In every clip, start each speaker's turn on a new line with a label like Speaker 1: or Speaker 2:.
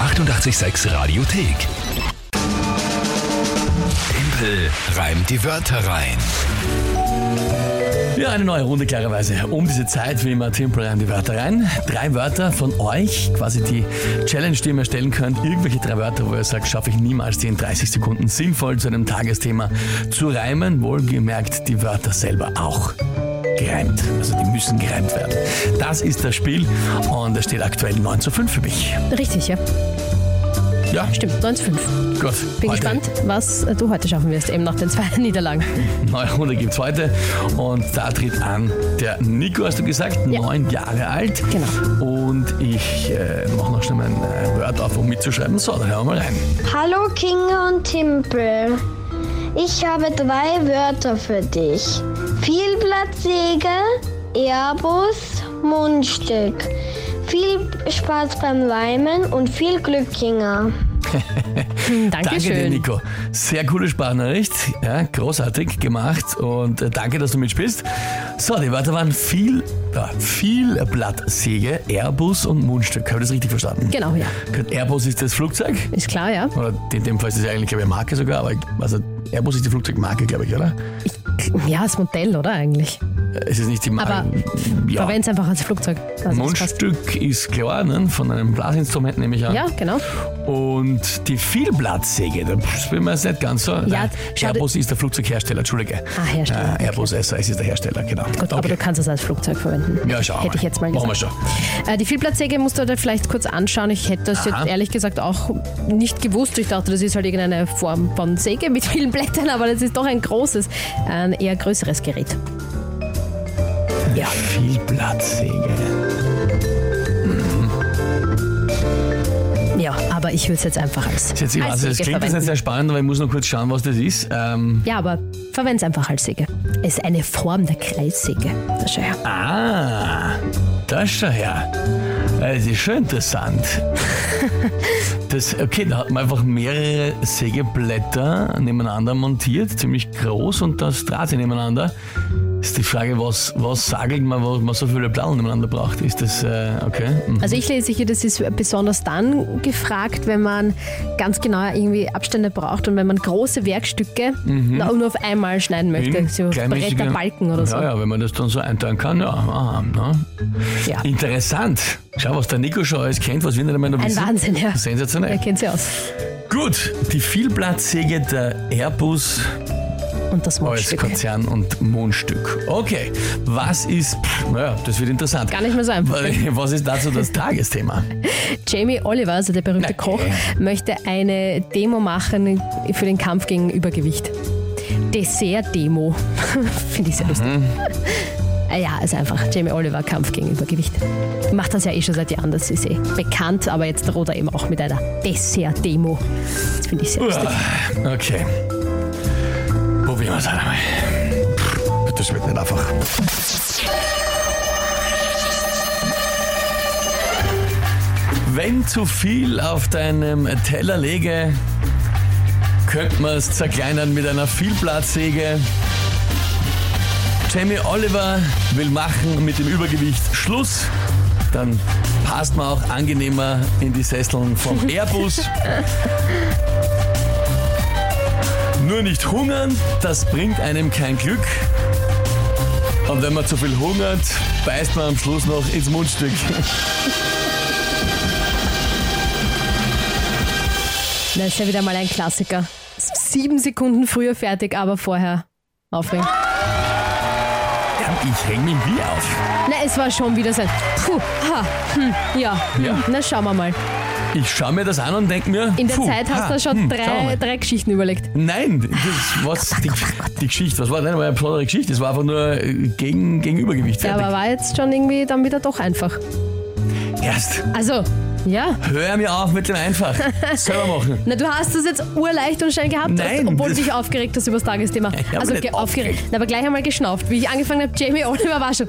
Speaker 1: 886 Radiothek. Tempel reimt die Wörter rein.
Speaker 2: Ja, eine neue Runde klarerweise. Um diese Zeit wie immer Timpel an die Wörter rein. Drei Wörter von euch, quasi die Challenge, die ihr mir stellen könnt. Irgendwelche drei Wörter, wo ihr sagt, schaffe ich niemals, die in 30 Sekunden sinnvoll zu einem Tagesthema zu reimen. Wohlgemerkt, die Wörter selber auch gereimt. Also die müssen gereimt werden. Das ist das Spiel und es steht aktuell 9 zu 5 für mich.
Speaker 3: Richtig, ja.
Speaker 2: Ja,
Speaker 3: Stimmt, 9,5.
Speaker 2: gut.
Speaker 3: Bin
Speaker 2: Heute
Speaker 3: gespannt, was äh, du heute schaffen wirst, eben nach den zwei Niederlagen. Hm,
Speaker 2: Neue Runde gibt's heute und da tritt an der Nico, hast du gesagt,
Speaker 3: Ja.
Speaker 2: neun Jahre alt.
Speaker 3: Genau.
Speaker 2: Und ich äh, mache noch schnell mein äh, Word auf, um mitzuschreiben. So, dann hören wir mal rein.
Speaker 4: Hallo Kinga und Timpel. Ich habe drei Wörter für dich. Vielblattsäge, Airbus, Mundstück. Viel Spaß beim Leimen und viel Glück, Kinga.
Speaker 3: Dankeschön.
Speaker 2: Danke dir, Nico. Sehr coole Sprachnachricht. Ja, großartig gemacht und äh, danke, dass du mitspielst. So, die Wörter waren viel, ja, viel Blattsäge, Airbus und Mundstück. Habe ich das richtig verstanden?
Speaker 3: Genau, ja.
Speaker 2: Airbus ist das Flugzeug?
Speaker 3: Ist klar, ja.
Speaker 2: Oder in dem Fall ist es ja eigentlich, glaube ich, eine Marke sogar, aber also Airbus ist die Flugzeugmarke, glaube ich, oder?
Speaker 3: Ich, ja, das Modell, oder eigentlich?
Speaker 2: Es ist nicht die Marke.
Speaker 3: Aber
Speaker 2: ja.
Speaker 3: Verwend's einfach als Flugzeug. Also das passt.
Speaker 2: Mundstück ist klar, ne? von einem Blasinstrument nehme ich an.
Speaker 3: Ja, genau.
Speaker 2: Und die Vielblattsäge, da bin mir jetzt nicht ganz so. Nein,
Speaker 3: schau,
Speaker 2: Airbus ist der Flugzeughersteller, Entschuldige.
Speaker 3: Ah, Hersteller,
Speaker 2: Äh, Airbus SAS ist der Hersteller, genau.
Speaker 3: Gut, aber du kannst es als Flugzeug verwenden.
Speaker 2: ja, schau.
Speaker 3: Hätte ich jetzt mal
Speaker 2: Machen wir
Speaker 3: gesagt.
Speaker 2: schon.
Speaker 3: Äh, die Vielplatzsäge musst du dir vielleicht kurz anschauen. Ich hätte das
Speaker 2: Aha.
Speaker 3: jetzt ehrlich gesagt auch nicht gewusst. Ich dachte, das ist halt irgendeine Form von Säge mit vielen Blättern, aber das ist doch ein großes, ein eher größeres Gerät. Ja.
Speaker 2: Vielblattsäge.
Speaker 3: Ja, aber ich würde es jetzt einfach als,
Speaker 2: Das, ist jetzt,
Speaker 3: als
Speaker 2: also, das
Speaker 3: Säge
Speaker 2: klingt jetzt nicht
Speaker 3: verwenden.
Speaker 2: sehr spannend, aber ich muss noch kurz schauen, was das ist. Ähm,
Speaker 3: Ja, aber verwend's einfach als Säge. Es ist eine Form der Kreissäge. Das schau her.
Speaker 2: Ah, das schau her. Äh, Es ist schon interessant. Das, okay, da hat man einfach mehrere Sägeblätter nebeneinander montiert, ziemlich groß und das Draht sie nebeneinander. Ist die Frage, was, was sagelt man, wo man so viele Platten nebeneinander braucht? Ist das, äh, okay? Mhm.
Speaker 3: Also ich lese hier, das ist besonders dann gefragt, wenn man ganz genau irgendwie Abstände braucht und wenn man große Werkstücke na, nur auf einmal schneiden möchte.
Speaker 2: In
Speaker 3: So
Speaker 2: kleinmäßige-
Speaker 3: Bretter, Balken oder so.
Speaker 2: Mhm. genau. Ja, ja, wenn man das dann so einteilen kann, ja. Aha, ne?
Speaker 3: Ja.
Speaker 2: Interessant. Schau, was der Nico schon alles kennt, was wir nicht einmal noch
Speaker 3: Ein
Speaker 2: wissen.
Speaker 3: Wahnsinn, ja.
Speaker 2: Sensationell.
Speaker 3: Er kennt sie aus.
Speaker 2: Gut, die Vielblattsäge der Airbus
Speaker 3: Und das
Speaker 2: als
Speaker 3: Mundstück.
Speaker 2: Konzern und Mondstück. Okay, was ist, pff, naja, das wird interessant.
Speaker 3: Gar nicht mehr so einfach.
Speaker 2: Was ist dazu das Tagesthema?
Speaker 3: Jamie Oliver, also der berühmte
Speaker 2: Na,
Speaker 3: Koch,
Speaker 2: äh.
Speaker 3: möchte eine Demo machen für den Kampf gegen Übergewicht. Dessert-Demo. Finde ich sehr lustig.
Speaker 2: Mhm.
Speaker 3: Ah Ja, ist einfach. Jamie Oliver, Kampf gegen Übergewicht. Macht das ja eh schon seit Jahren, das ist eh bekannt, aber jetzt droht er eben auch mit einer Dessert-Demo. Das finde ich sehr lustig.
Speaker 2: Okay. Probieren wir es halt einmal. Pff, Das wird nicht einfach. Wenn zu viel auf deinem Teller lege, könnte man es zerkleinern mit einer Vielblattsäge. Jamie Oliver will machen mit dem Übergewicht Schluss. Dann passt man auch angenehmer in die Sesseln vom Airbus. Nur nicht hungern, das bringt einem kein Glück. Und wenn man zu viel hungert, beißt man am Schluss noch ins Mundstück.
Speaker 3: Das ist ja wieder mal ein Klassiker. Sieben Sekunden früher fertig, aber vorher aufregen.
Speaker 2: Ja, ich hänge mich wie auf.
Speaker 3: Na, es war schon wieder sein. Puh, ha, hm, ja. Hm,
Speaker 2: Ja.
Speaker 3: Na, schauen wir mal.
Speaker 2: Ich schaue mir das an und denke mir.
Speaker 3: In der
Speaker 2: puh,
Speaker 3: Zeit hast
Speaker 2: ha,
Speaker 3: du schon
Speaker 2: hm, schauen wir
Speaker 3: drei,
Speaker 2: mal.
Speaker 3: drei Geschichten überlegt.
Speaker 2: Nein, das was die, die Geschichte, was war denn eine besondere Geschichte? Das war einfach nur äh, gegen, gegen Übergewicht.
Speaker 3: Ja, aber
Speaker 2: Fertig.
Speaker 3: war jetzt schon irgendwie dann wieder doch einfach.
Speaker 2: Erst,
Speaker 3: Also, ja.
Speaker 2: hör mir auf mit dem Einfach. Selber machen.
Speaker 3: Na, du hast das jetzt urleicht und schnell gehabt,
Speaker 2: Nein,
Speaker 3: obwohl du
Speaker 2: das-
Speaker 3: dich aufgeregt hast über das Tagesthema.
Speaker 2: Ich hab
Speaker 3: also
Speaker 2: mich nicht aufgeregt.
Speaker 3: Na, aber gleich einmal geschnauft. Wie ich angefangen habe, Jamie Oliver war schon.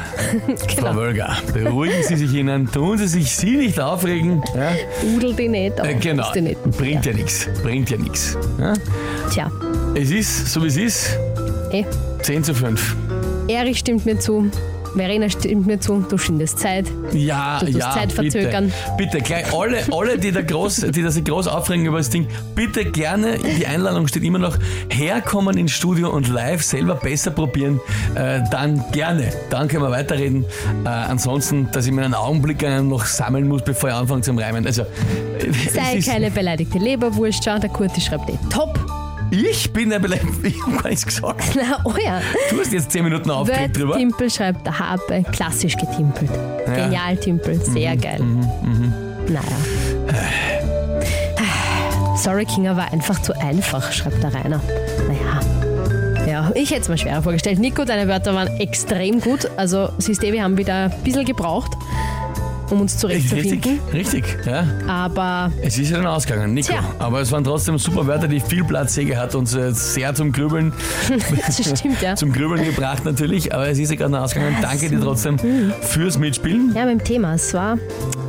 Speaker 2: Frau
Speaker 3: genau,
Speaker 2: Wölger, beruhigen Sie sich Ihnen, tun Sie sich Sie nicht aufregen. Ja?
Speaker 3: udel die nicht.
Speaker 2: Äh,
Speaker 3: auf,
Speaker 2: Genau.
Speaker 3: ist die nicht.
Speaker 2: Bringt ja nichts. Bringt ja nichts. Ja?
Speaker 3: Tja,
Speaker 2: Es ist, so wie es ist,
Speaker 3: eh.
Speaker 2: 10 zu 5.
Speaker 3: Erich stimmt mir zu. Verena stimmt mir zu, du schindest Zeit.
Speaker 2: Ja,
Speaker 3: Du tust
Speaker 2: ja,
Speaker 3: Zeit verzögern.
Speaker 2: Bitte, bitte gleich alle, alle die, da groß, die da sich groß aufregen über das Ding, bitte gerne, die Einladung steht immer noch, herkommen ins Studio und live selber besser probieren, äh, dann gerne. Dann können wir weiterreden. Äh, ansonsten, dass ich mir einen Augenblick einen noch sammeln muss, bevor ich anfange zum Reimen. Also, äh, es
Speaker 3: Sei
Speaker 2: ist-
Speaker 3: keine beleidigte Leberwurst. Schau, der Kurti schreibt eh top.
Speaker 2: Ich bin der Beleidigte, ich habe gar nichts gesagt.
Speaker 3: Na, oh ja.
Speaker 2: Du hast jetzt 10 Minuten Auftritt drüber.
Speaker 3: Wörttimpel schreibt der Habe. Klassisch getimpelt.
Speaker 2: Ja. Mhm.
Speaker 3: Genial Timpel. Sehr geil. Naja. Sorry, Kinga war einfach zu einfach, schreibt der Rainer. Naja. Ja, ich hätte es mir schwerer vorgestellt. Nico, deine Wörter waren extrem gut. Also, siehst du, wir haben wieder ein bisschen gebraucht, um uns
Speaker 2: Richtig,
Speaker 3: zurechtzufinden.
Speaker 2: richtig, ja.
Speaker 3: Aber
Speaker 2: Es ist ja dann ausgegangen, Nico.
Speaker 3: Tja.
Speaker 2: Aber es waren trotzdem super Wörter, die viel Platzsäge hat uns äh, sehr zum Grübeln,
Speaker 3: das stimmt, ja.
Speaker 2: zum Grübeln gebracht natürlich. Aber es ist ja gerade noch ausgegangen. Danke dir trotzdem
Speaker 3: Hm.
Speaker 2: fürs Mitspielen.
Speaker 3: Ja, mit dem Thema. Es war.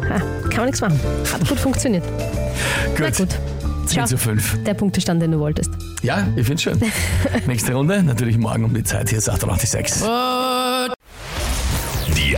Speaker 3: Ha, kann man nichts machen. Hat gut funktioniert. Na gut.
Speaker 2: 10
Speaker 3: Ciao.
Speaker 2: zu 5.
Speaker 3: Der Punktestand, den du wolltest.
Speaker 2: Ja, ich find's schön. Nächste Runde, natürlich morgen um die Zeit. Hier ist 886.
Speaker 1: Die